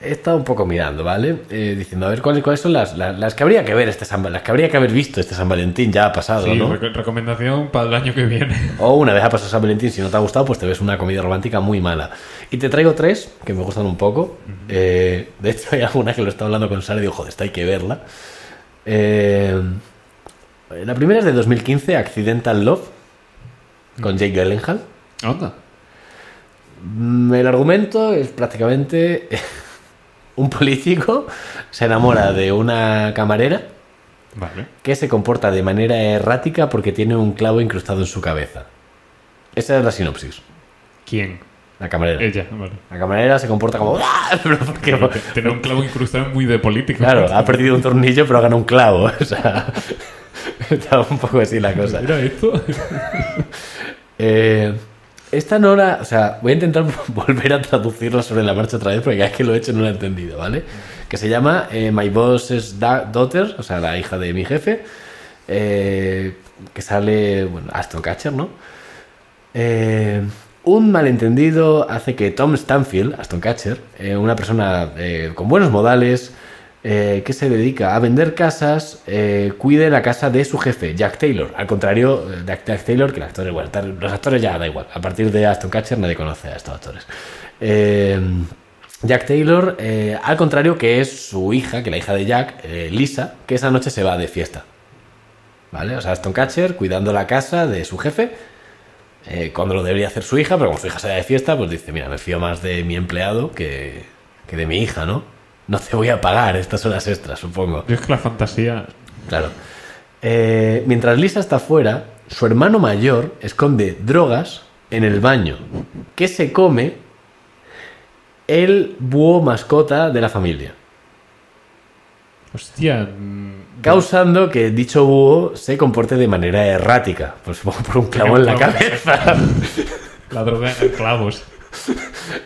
He estado un poco mirando, ¿vale? Eh, diciendo, a ver, ¿cuáles, cuáles son las, las, las que habría que ver este San Val- las que habría que haber visto este San Valentín, ya ha pasado,
Sí,
¿no?
reco- recomendación para el año que viene.
O una vez ha pasado San Valentín, si no te ha gustado, pues te ves una comedia romántica muy mala. Y te traigo tres que me gustan un poco. Eh, de hecho, hay alguna que lo estaba hablando con Sara y digo, joder, esta hay que verla. Eh, la primera es de 2015, Accidental Love, con Jake Gyllenhaal.
Onda.
Mm, El argumento es prácticamente un político se enamora de una camarera
Vale.
que se comporta de manera errática porque tiene un clavo incrustado en su cabeza. Esa es la sinopsis.
¿Quién?
La camarera.
Ella, vale.
La camarera se comporta como... "¡Ah!", pero porque-
Tener un clavo incrustado es muy de política.
Claro, ha perdido un tornillo pero ha ganado un clavo. O sea, está un poco así la cosa.
Mira esto.
Eh, esta no la... O sea, voy a intentar volver a traducirla sobre la marcha otra vez porque cada vez que lo he hecho no la he entendido, ¿vale? Que se llama eh, My Boss's Da- Daughter, o sea, la hija de mi jefe, eh, que sale, bueno, Aston Catcher, ¿no? Eh, un malentendido hace que Tom Stanfield, Aston Catcher, eh, una persona eh, con buenos modales, eh, que se dedica a vender casas, eh, cuide la casa de su jefe, Jack Taylor. Al contrario eh, de Jack Taylor, que el actor es igual. Tal- Los actores ya da igual. A partir de Aston Catcher nadie conoce a estos actores. Eh, Jack Taylor, eh, al contrario que es su hija, que la hija de Jack, eh, Lisa, que esa noche se va de fiesta. ¿Vale? O sea, Aston Catcher cuidando la casa de su jefe, eh, cuando lo debería hacer su hija, pero como su hija se va de fiesta, pues dice, mira, me fío más de mi empleado que, que de mi hija, ¿no? No te voy a pagar estas horas extras, supongo.
Yo es que la fantasía.
Claro. Eh, mientras Lisa está fuera, su hermano mayor esconde drogas en el baño, que se come el búho mascota de la familia,
Hostia. mm,
causando que dicho búho se comporte de manera errática, pues supongo por un clavo en la cabeza.
La droga en clavos.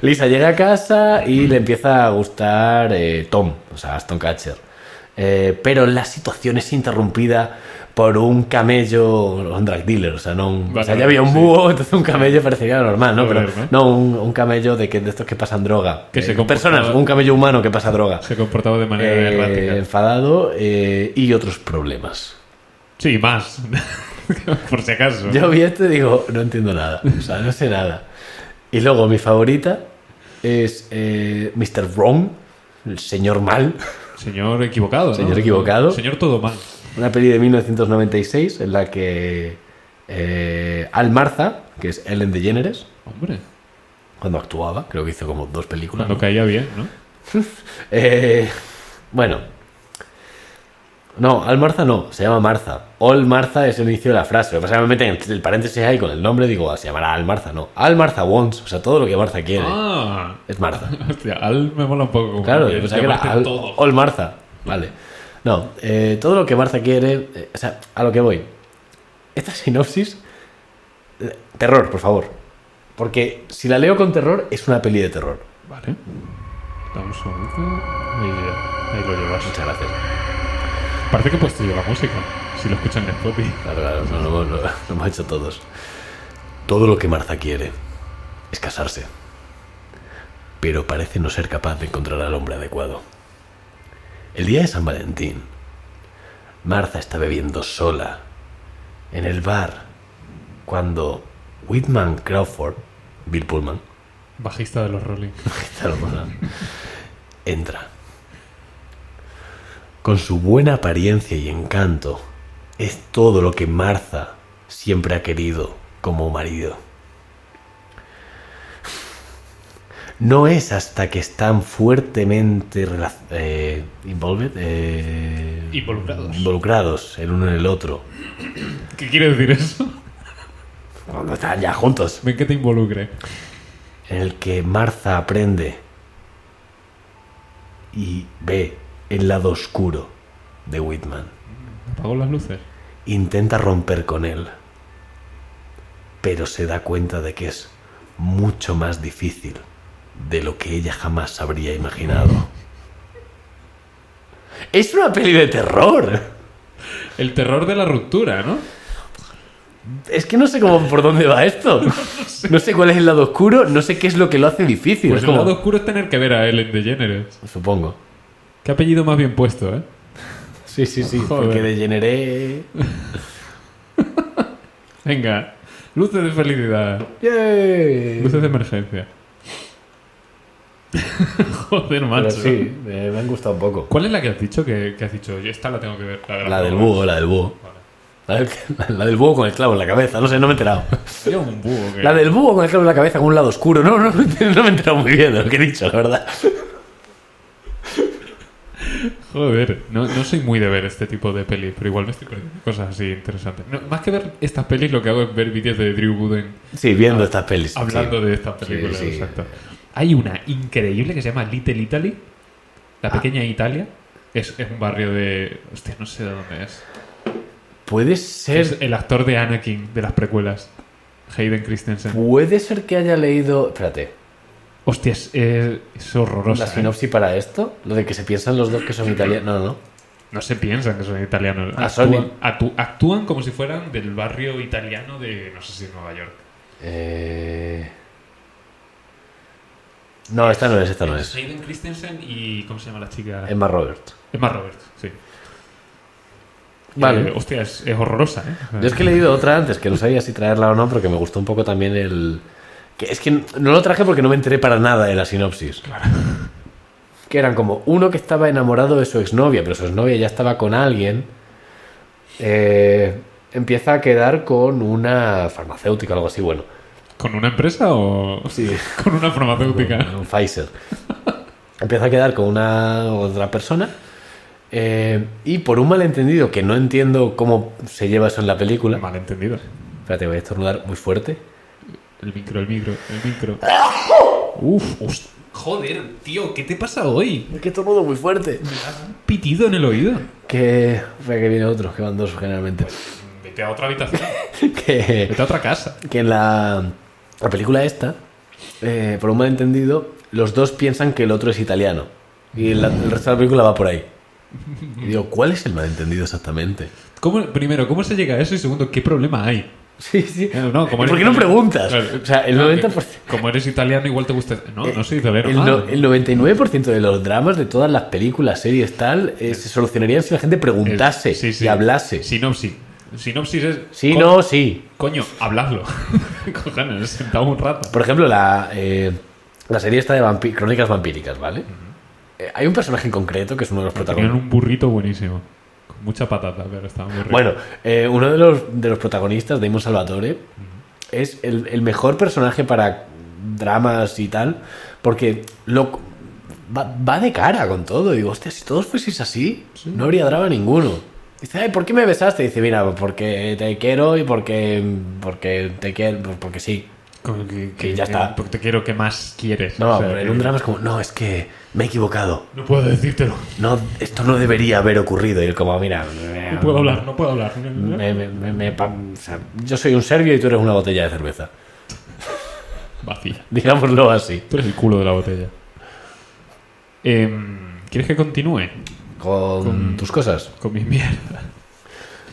Lisa llega a casa y le empieza a gustar eh, Tom, o sea, Aston Catcher. Eh, pero la situación es interrumpida por un camello, un drug dealer, o sea, no un, o sea,
Vale,
ya había un
sí.
búho, entonces un camello parecería normal, ¿no? Pero
Joder, ¿no?
no, un, un camello de, que, de estos que pasan droga.
Que
Eh,
se comportaba-
Personas, un camello humano que pasa droga.
Se comportaba de manera
Eh,
errática.
enfadado eh, y otros problemas.
Sí, más. Por si acaso.
Yo vi esto y digo, no entiendo nada. O sea, no sé nada. Y luego mi favorita es eh, Mr. Wrong, el señor mal.
Señor equivocado. ¿no?
Señor equivocado.
Señor todo mal.
Una peli de 1996 en la que eh, Al Marza, que es Ellen DeGeneres,
Hombre.
cuando actuaba, creo que hizo como dos películas.
Cuando
¿no?
caía bien, ¿no?
Eh, bueno. No, Al Marza no, se llama Marza. All Marza es el inicio de la frase. Lo que pasa es que me meten el paréntesis ahí con el nombre, digo, ah, se llamará Al Marza, no. Al Marza wants, o sea, todo lo que Marza quiere.
Ah.
Es Marza.
Hostia, Al me mola un poco. como
Claro,
que
yo pensaba que era
llamarte
al-
todo.
All Martha. Vale. No, eh, todo lo que Martha quiere, eh, o sea, a lo que voy. Esta sinopsis, eh, terror, por favor. Porque si la leo con terror, es una peli de terror.
Vale. Damos un segundo. Ahí, ya. Ahí lo llevas.
Muchas gracias.
Parece que he puesto yo la música. Si lo escuchan en Spotify.
Claro, claro, no, lo, hemos- lo hemos hecho todos. Todo lo que Martha quiere es casarse. Pero parece no ser capaz de encontrar al hombre adecuado. El día de San Valentín, Martha está bebiendo sola en el bar cuando Whitman Crawford, Bill Pullman,
Bajista de los Rolling.
Te lo mando. Entra. Con su buena apariencia y encanto, es todo lo que Martha siempre ha querido como marido. No es hasta que están fuertemente rela- eh, involved, eh,
Involucrados.
involucrados el uno en el otro,
¿Qué quiere decir eso?
cuando están ya juntos,
Ven que te involucre.
en el que Martha aprende y ve el lado oscuro de Whitman.
Apago las luces.
Intenta romper con él, pero se da cuenta de que es mucho más difícil de lo que ella jamás habría imaginado. Es una peli de terror.
El terror de la ruptura, ¿no?
Es que no sé cómo por dónde va esto. No sé cuál es el lado oscuro, no sé qué es lo que lo hace difícil.
Pues
Es
el
como-
lado oscuro es tener que ver a Ellen DeGeneres.
Supongo.
Qué apellido más bien puesto, ¿eh?
Sí, sí, sí.
Joder.
Porque degeneré.
Venga. Luces de felicidad.
¡Yay!
Luces de emergencia. Joder,
Pero
macho.
sí, me, me han gustado un poco.
¿Cuál es la que has dicho que, que has dicho? Yo esta la tengo que ver. La, de las
La del
drogas.
búho, la del búho.
Vale.
La del, la del búho con el clavo en la cabeza, no sé, no me he enterado.
Había un búho que...
La del búho con el clavo en la cabeza con un lado oscuro, no, no, no me he enterado muy bien de lo que he dicho, la verdad.
Joder, no, no soy muy de ver este tipo de pelis, pero igual me estoy perdiendo cosas así interesantes. No, más que ver estas pelis, lo que hago es ver vídeos de Drew Gooden
Sí, viendo estas pelis.
hablando
sí.
de estas películas.
Sí, sí.
exacto. Hay una increíble que se llama Little Italy,
Ah.
la pequeña Italia. Es, es un barrio de... Hostia, no sé de dónde es.
Puede ser.
Es el actor de Anakin, de las precuelas. Hayden Christensen.
Puede ser que haya leído. Espérate,
Hostia, es, es- es horrorosa.
la
¿eh?
sinopsis para esto, lo de que se piensan los dos que son italianos. No, no, no.
No se piensan que son italianos.
Ah,
actúan,
son-
actú- actúan como si fueran del barrio italiano de, no sé si Nueva York.
Eh... No, esta no es, esta no es.
Hayden Christensen y. ¿Cómo se llama la chica?
Emma Roberts.
Emma Roberts, sí.
Vale.
Eh, hostia, es, es horrorosa, ¿eh?
Yo es que he leído otra antes, que no sabía si traerla o no, porque me gustó un poco también el... Que es que no lo traje porque no me enteré para nada de la sinopsis. Que eran como uno que estaba enamorado de su exnovia, pero su exnovia ya estaba con alguien. eh, empieza a quedar con una farmacéutica o algo así, bueno.
¿Con una empresa o.?
Sí.
Con una farmacéutica.
Un Pfizer. Empieza a quedar con una otra persona. eh, y por un malentendido que no entiendo cómo se lleva eso en la película.
Malentendido.
Espérate, voy a estornudar muy fuerte.
El micro, el micro, el micro. Uf, host- Joder, tío, ¿qué te pasa hoy?
Es que estornudo muy fuerte.
Pitido en el oído.
Que. Espera, que viene otro, que van dos generalmente.
Vete a otra habitación.
Que,
Vete a otra casa.
que en la, la película esta, eh, por un malentendido, los dos piensan que el otro es italiano. Y la- el resto de la película va por ahí. Y digo, ¿cuál es el malentendido exactamente?
¿Cómo- primero, ¿cómo se llega a eso? Y segundo, ¿qué problema hay?
Sí, sí.
Claro, no, como
¿Por
eres
qué no
italiano-
preguntas?
Claro. eh,
O sea, el
No, que
90%.
Como eres italiano, igual te gusta. No, no soy italiano.
Eh, El,
Ah,
no- el 99% de los dramas de todas las películas, series, tal, eh, se solucionarían si la gente
el-
preguntase
sí, sí.
y hablase. Sí,
Sinopsis. Sinopsis es. co-
no, sí.
Coño, habladlo. Cojones, sentado un rato.
Por ejemplo, la, eh, la serie esta de vampi- crónicas vampíricas, ¿vale? Eh, hay un personaje en concreto que es uno de los
Tenían
protagonistas.
un burrito buenísimo. Con mucha patata, pero estaba muy rico.
Bueno, eh, uno de los, de los protagonistas, Damon Salvatore, es el, el mejor personaje para dramas y tal, porque lo, va, va de cara con todo. Digo, hostia, si todos fueseis así, no habría drama ninguno. Dice, ay, ¿por qué me besaste? Dice, mira, porque te quiero y porque, porque te quiero, porque sí.
Como que, eh,
que ya está.
Porque te quiero, ¿qué más quieres?
No,
O sea,
pero en
que-
un drama es como, no, es que me he equivocado.
No puedo decírtelo.
No, esto no debería haber ocurrido. Y él como, mira...
No puedo hablar, no puedo hablar.
me- me- me- me pa- o sea, yo soy un serbio y tú eres una botella de cerveza.
Vacía.
Digámoslo así.
Tú eres el culo de la botella. Em, ¿Quieres que continúe
Con, tus cosas.
con mi mierda?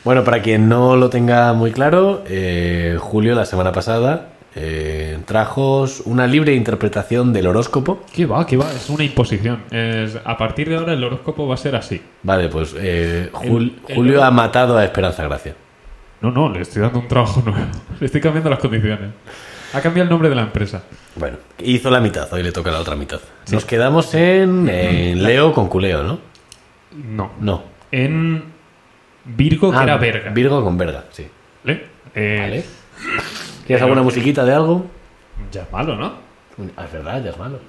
Bueno, para quien no lo tenga muy claro, eh, Julio la semana pasada eh, trajo una libre interpretación del horóscopo.
¿Qué va? ¿Qué va? Es una imposición. Es- a partir de ahora el horóscopo va a ser así.
Vale, pues eh, Jul-
El- el-
Julio ha matado a Esperanza Gracia.
No, no, le estoy dando un trabajo nuevo. Le estoy cambiando las condiciones. Ha cambiado el nombre de la empresa.
Bueno, hizo la mitad, hoy le toca la otra mitad. Nos quedamos en,
Mm.
en Leo con Culeo, ¿no?
No.
No.
En Virgo, que
Ah,
era verga.
Virgo con verga, sí.
¿Vale? Eh,
Vale. ¿Quieres alguna musiquita de algo?
Ya es malo, ¿no?
Ah, Es verdad, ya es malo.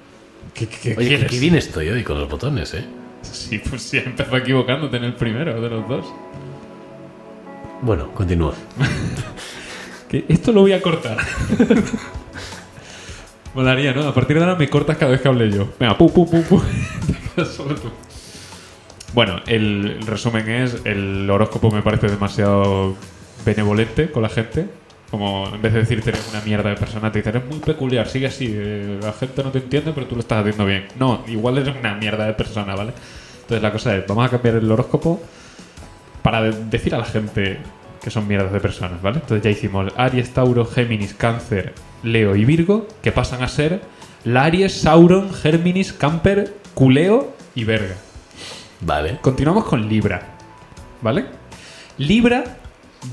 ¿Qué, qué- qué
Oye, qué-
quieres?
qué bien estoy hoy con los botones, ¿eh?
Sí, pues sí, empezó equivocándote en el primero de los dos.
Bueno, continúa.
Que esto lo voy a cortar. Molaría, ¿no? A partir de ahora me cortas cada vez que hable yo. Venga, pu, pu, pu, pu. Te quedas solo tú. Bueno, el, el resumen es: el horóscopo me parece demasiado benevolente con la gente. Como en vez de decirte eres una mierda de persona, te dicen eres muy peculiar, sigue así. eh, La gente no te entiende, pero tú lo estás haciendo bien. No, igual eres una mierda de persona, ¿vale? Entonces la cosa es: vamos a cambiar el horóscopo para de- decir a la gente que son mierdas de personas, ¿vale? Entonces ya hicimos Aries, Tauro, Géminis, Cáncer, Leo y Virgo, que pasan a ser la Aries, Sauron, Géminis, Camper, Culeo y Verga.
Vale.
Continuamos con Libra, ¿vale? Libra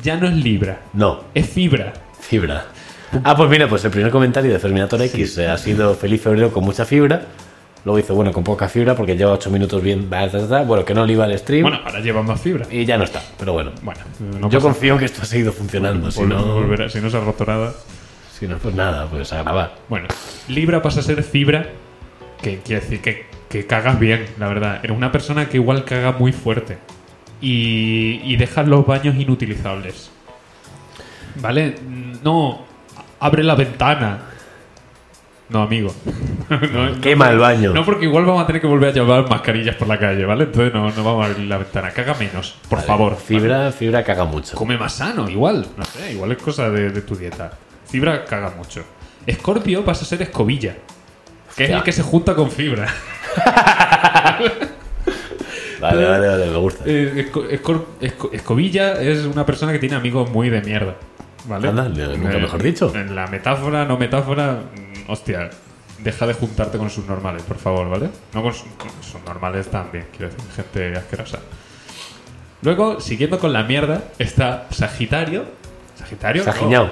ya no es Libra,
No,
es Fibra.
Fibra. Ah, pues mira, pues el primer comentario de Ferminator X eh, ha sido feliz febrero con mucha fibra. Luego dice, bueno, con poca fibra porque lleva 8 minutos bien. bla, bla, bla. Bueno, que no le iba al stream
Bueno, ahora lleva más Fibra.
y ya no está. Pero bueno,
Bueno, no
yo
pasa
confío en que esto ha seguido funcionando.
nada.
Si no,
Volverá, si no se ha roto nada.
si no, pues nada, pues a grabar.
Bueno, Libra pasa a ser Fibra, que quiere decir que, que cagas bien, la verdad. Eres una persona que igual caga muy fuerte y, y dejas los baños inutilizables. ¿Vale? No, abre la ventana. No, amigo. No,
Quema el baño.
No, porque igual vamos a tener que volver a llevar mascarillas por la calle, ¿vale? Entonces no, no vamos a abrir la ventana. Caga menos, por favor. ¿vale?
Fibra, fibra caga mucho.
Come más sano, igual. No sé, igual es cosa de, de tu dieta. Fibra caga mucho. Escorpio pasa a ser escobilla. Que es
Hostia.
el que se junta con fibra.
Vale, vale, vale, me gusta.
Eh, esco- escor- esco- escobilla es una persona que tiene amigos muy de mierda. ¿Vale?
Anda, nunca mejor dicho.
En la metáfora, no metáfora, mm, hostia. deja de juntarte con subnormales, por favor, ¿vale? No con, sub- con subnormales también, quiero decir, gente asquerosa. Luego, siguiendo con la mierda, está Sagitario. Sagitario. no.
Sagiñao.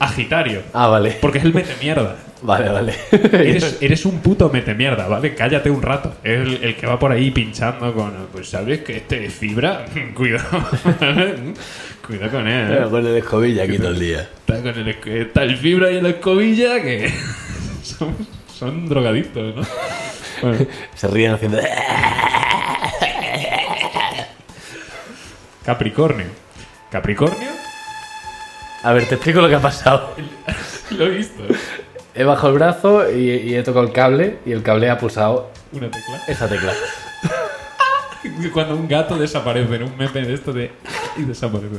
Agitario.
Ah, vale.
Porque es el mete mierda.
Vale, vale.
Eres, eres un puto mete mierda, ¿vale? Cállate un rato. Es el, el que va por ahí pinchando con. Pues sabes que este es fibra. Cuidado. Cuidado con él. ¿eh?
Me pone de escobilla aquí todo el día.
Está con el, esco- está el fibra y la escobilla que son, son drogadictos, ¿no? Bueno,
Se ríen haciendo. "Ah".
Capricornio. Capricornio,
A ver, te explico lo que ha pasado.
lo he visto.
He bajado el brazo y, y he tocado el cable y el cable ha pulsado
Una tecla.
esa tecla.
Cuando un gato desaparece en un meme de esto de. y desaparece.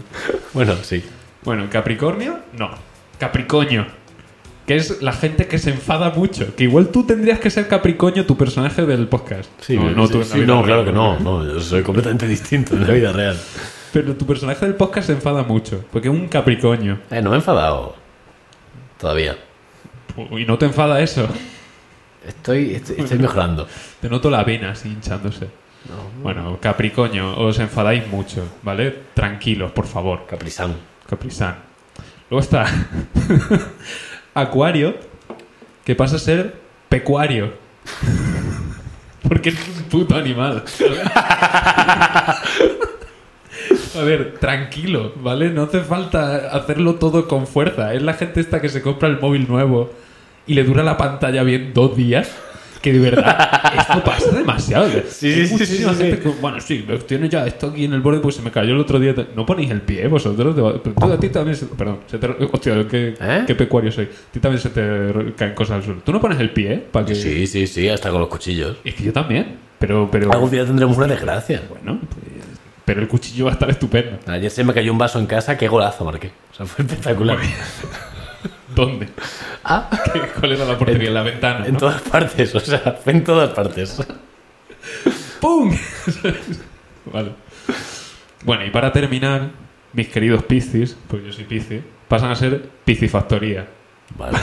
Bueno, sí.
Bueno, Capricornio, no. Capricoño. Que es la gente que se enfada mucho. Que igual tú tendrías que ser Capricoño, tu personaje del podcast.
Sí,
no, no
sí,
tú en la
sí,
vida
no
real.
claro que no, no. Yo soy completamente distinto en la vida real.
Pero tu personaje del podcast se enfada mucho. Porque es un Capricoño.
Eh, no me he enfadado. Todavía.
Y no te enfada eso.
Estoy, estoy, estoy mejorando.
Te noto la vena así hinchándose. Bueno, Capricoño, os enfadáis mucho, ¿vale? Tranquilos, por favor.
Caprisán.
Caprisán. Luego está Acuario, que pasa a ser pecuario. Porque es un puto animal. A ver, tranquilo, ¿vale? No hace falta hacerlo todo con fuerza. Es la gente esta que se compra el móvil nuevo y le dura la pantalla bien dos días. Que de verdad, esto pasa demasiado.
Sí,
Hay
sí, sí,
muchísima
sí, sí.
gente que, Pues, bueno, sí, lo tiene ya esto aquí en el borde, pues se me cayó el otro día. No ponéis el pie vosotros. de- pero Tú a ti también se- Perdón, se te- hostia, qué,
¿Eh?
qué pecuario soy. A ti también se te caen cosas al suelo. ¿Tú no pones el pie para que...?
Sí, sí, sí, hasta con los cuchillos.
Es que yo también, pero... pero
Algún día tendremos una desgracia.
Bueno, pues, pero el cuchillo va a estar estupendo.
Ayer se me cayó un vaso en casa, qué golazo marqué. O sea, fue espectacular.
¿Dónde?
Ah,
¿Qué- ¿Cuál era la portería? En la ventana.
en
¿no?
todas partes, o sea, fue en todas partes.
¡Pum! vale. Bueno, y para terminar, mis queridos Piscis, porque yo soy Piscis, pasan a ser Piscifactoría.
Vale.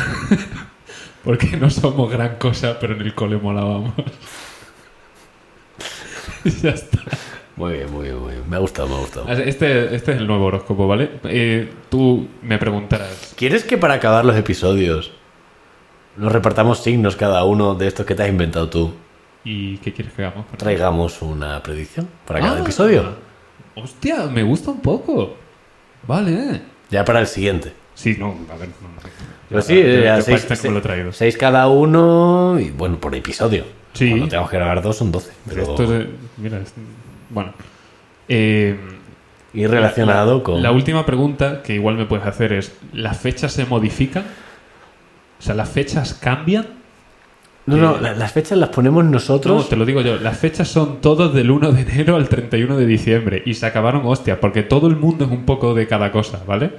Porque no somos gran cosa, pero en el cole molábamos. ya está.
Muy bien, muy bien, muy bien. Me ha gustado, me ha gustado.
Este, este es el nuevo horóscopo, ¿vale? Eh, tú me preguntarás.
¿Quieres que para acabar los episodios nos repartamos signos cada uno de estos que te has inventado tú?
¿Y qué quieres que hagamos? con
Traigamos una predicción para
Ah,
cada episodio.
Hostia, me gusta un poco. Vale.
Ya para el siguiente.
Sí, no, a ver. No, no.
Pues sí,
Yo- yo
ya
para
seis,
este no me lo he traído.
seis- seis cada uno y bueno, por episodio.
Sí.
Cuando tengamos que grabar dos son 12. Pero...
Esto es de- mira, es- bueno. Eh,
Y relacionado con...
La última pregunta que igual me puedes hacer es: ¿las fechas se modifican? O sea, ¿las fechas cambian?
No, no, la- las fechas las ponemos
No,
nosotros.
te lo digo yo. Las fechas son todas del 1 de enero al 31 de diciembre. Y se acabaron hostias, porque todo el mundo es un poco de cada cosa, ¿vale?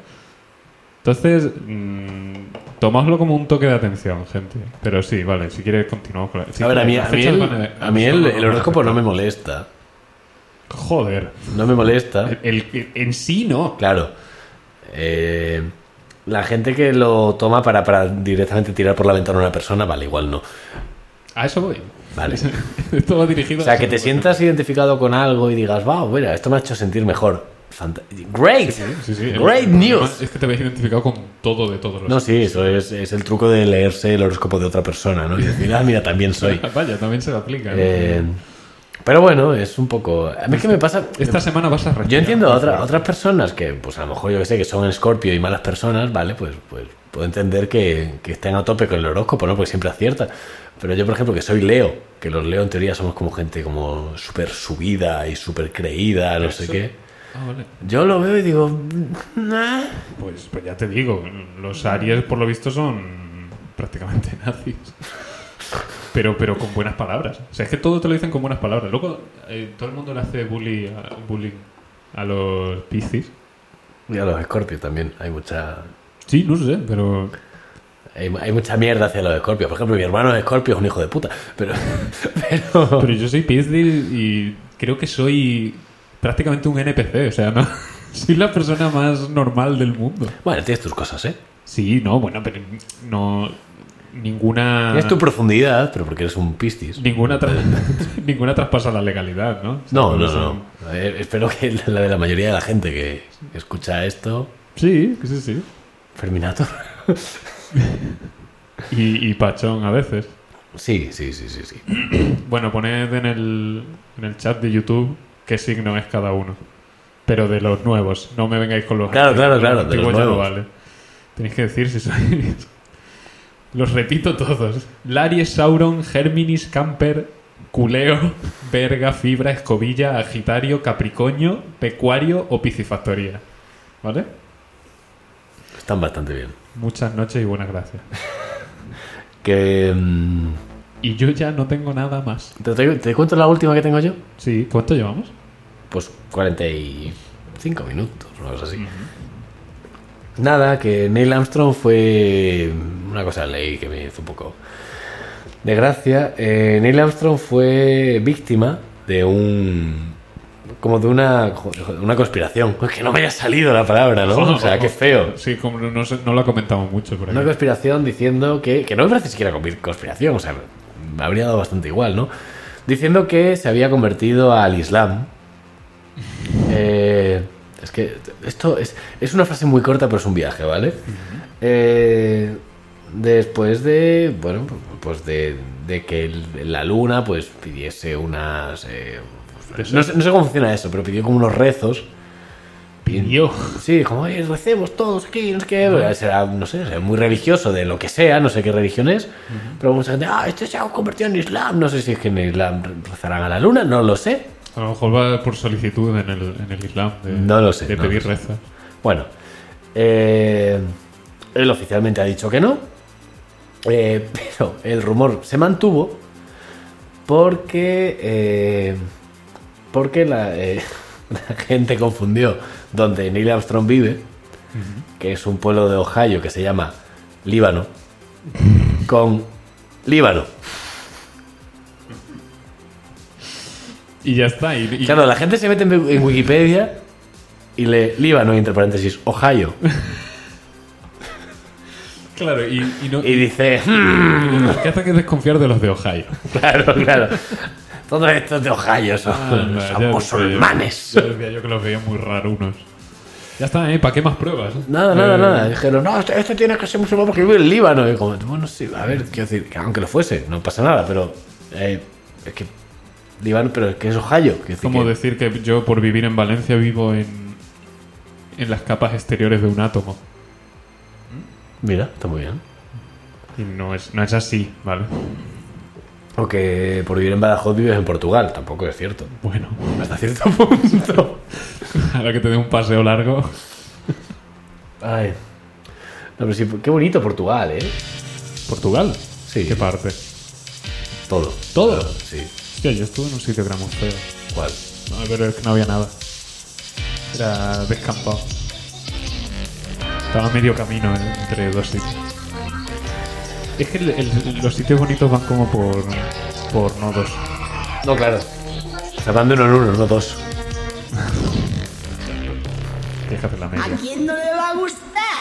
Entonces, mm, tomadlo como un toque de atención, gente. Pero sí, vale, si quieres continuamos con la... si
a ver, a mí,
quieres,
a
las
mí
fechas
el,
van
a mí el- el horóscopo no me molesta.
Joder.
No me molesta.
El, el- en sí no.
Claro. Eh, la gente que lo toma para, para directamente tirar por la ventana a una persona, vale, igual no.
A eso voy.
Vale.
Esto va dirigido
O sea,
a-
que te sientas identificado con algo y digas, wow, mira, esto me ha hecho sentir mejor. Fant- Great.
Sí, sí, el-
Great
el problema
news.
Es que te ves identificado con todo de todos los...
No, sí, eso es, es el truco de leerse el horóscopo de otra persona, ¿no? Y decir, ah, mira, también soy.
Vaya, también se lo aplica. ¿no?
Eh, pero bueno, es un poco... A mí es que me pasa...
Esta semana vas a respirar.
Yo entiendo a
por
otra-
favor.
otras personas que, pues a lo mejor yo que sé, que son escorpio y malas personas, ¿vale? Pues, pues puedo entender que, que estén a tope con el horóscopo, ¿no? Porque siempre acierta. Pero yo, por ejemplo, que soy Leo, que los Leo en teoría somos como gente como súper subida y súper creída, no sé
Eso.
qué.
Ah, vale.
Yo lo veo y digo... "Nah".
Pues, pues ya te digo, los Aries por lo visto son prácticamente nazis. Pero, pero con buenas palabras. O sea, es que todo te lo dicen con buenas palabras. Luego, eh, todo el mundo le hace bully a, bullying a los Piscis.
Y a los escorpios también hay mucha...
Sí, no sé, pero...
Hay, hay mucha mierda hacia los escorpios. Por ejemplo, mi hermano es escorpio, es un hijo de puta. Pero... pero...
Pero yo soy Piscis y creo que soy prácticamente un NPC. O sea, no... Soy la persona más normal del mundo.
Bueno, tienes tus cosas, ¿eh?
Sí, no, bueno, pero no... ninguna.
Tienes tu profundidad, pero porque eres un pistis.
Ninguna, tra- ninguna traspasa la legalidad, ¿no? O sea,
No, no,
son-
no. A ver, espero que la de la mayoría de la gente que escucha esto.
Sí, sí, sí.
Ferminator.
Y, y pachón a veces.
Sí, sí, sí, sí, sí.
Bueno, poned en el, en el chat de YouTube qué signo es cada uno. Pero de los nuevos. No me vengáis con los
Claro,
antiguos,
claro, claro, de
antiguos
los
ya no
nuevos.
vale. Tenéis que decir si sois... Los repito todos. Laries, Sauron, Géminis, Camper, Culeo, Verga, Fibra, Escobilla, Agitario, Capricornio, Pecuario o Piscifactoría. ¿Vale?
Están bastante bien.
Muchas noches y buenas gracias.
Que. mm,
Y yo ya no tengo nada más.
¿te, te- te cuento la última que tengo yo?
Sí, ¿cuánto llevamos?
Pues 45 minutos o algo así. Nada, que Neil Armstrong fue. Una cosa leí que me hizo un poco. De gracia. Eh, Neil Armstrong fue víctima de un. Como de una, joder, una conspiración. Es que no me haya salido la palabra, ¿no? O sea, qué feo.
Sí, como no, sé- no lo comentamos mucho por aquí.
Una conspiración diciendo que. Que no me parece siquiera conspir- conspiración, o sea, me habría dado bastante igual, ¿no? Diciendo que se había convertido al Islam. Eh, es que esto es, es una frase muy corta, pero es un viaje, ¿vale? Eh, después de. Bueno, pues de, de que el- la luna, pues pidiese unas. eh, pues, no, sé, no sé cómo funciona eso, pero pidió como unos rezos.
Pidió.
Sí, como "Oye, recemos todos aquí, no sé qué. Será, no sé, será muy religioso de lo que sea, no sé qué religión es. Pero mucha gente, ah, este se ha convertido en Islam. No sé si es que en Islam rezarán a la luna, no lo sé.
A lo mejor va por solicitud en el, en el Islam de,
No lo sé,
de
no
pedir
lo
reza.
Bueno, eh, él oficialmente ha dicho que no, eh, pero el rumor se mantuvo porque, eh, porque la, eh, la gente confundió donde Neil Armstrong vive, que es un pueblo de Ohio que se llama Líbano, con Líbano.
Y ya está. Y, y-
Claro, la gente se mete en en Wikipedia y lee Líbano, entre paréntesis, Ohio,
claro, y, y no,
y dice... "Hmm,
¿Qué hace que desconfiar de los de Ohio?
Claro, claro. Todos estos de Ohio son,
Anda, ya
son
decía yo.
musulmanes.
Ya decía yo que los veía muy rarunos. Ya está, ¿eh? ¿Para qué más pruebas?
Nada, nada,
Eh,
nada. Dijeron, no, este, este tiene que ser musulmán porque vive en Líbano. Y como, bueno, sí, a ver, quiero decir, que aunque lo fuese, no pasa nada, pero eh, es que Líbano, pero es que es Ohio. quiero decir
Como
que-
decir que yo por vivir en Valencia vivo en, en las capas exteriores de un átomo.
Mira, está muy bien.
Y no es, no es así, ¿vale?
O que por vivir en Badajoz vives en Portugal, tampoco es cierto.
Bueno,
Hasta cierto punto.
ahora que te dé un paseo largo.
Ay. No, pero sí, qué bonito Portugal, ¿eh?
¿Portugal?
Sí.
¿Qué parte?
Todo.
¿Todo?
Sí.
Hostia, yo estuve en un sitio que era muy feo.
¿Cuál?
No, pero es que no había nada. Era descampado. Estaba a medio camino en- entre dos sitios. Es que el- el- los sitios bonitos van como por, por nodos.
No, claro. Se van de uno en uno, no dos.
Déjate la
¿A
media.
quién no le va a gustar?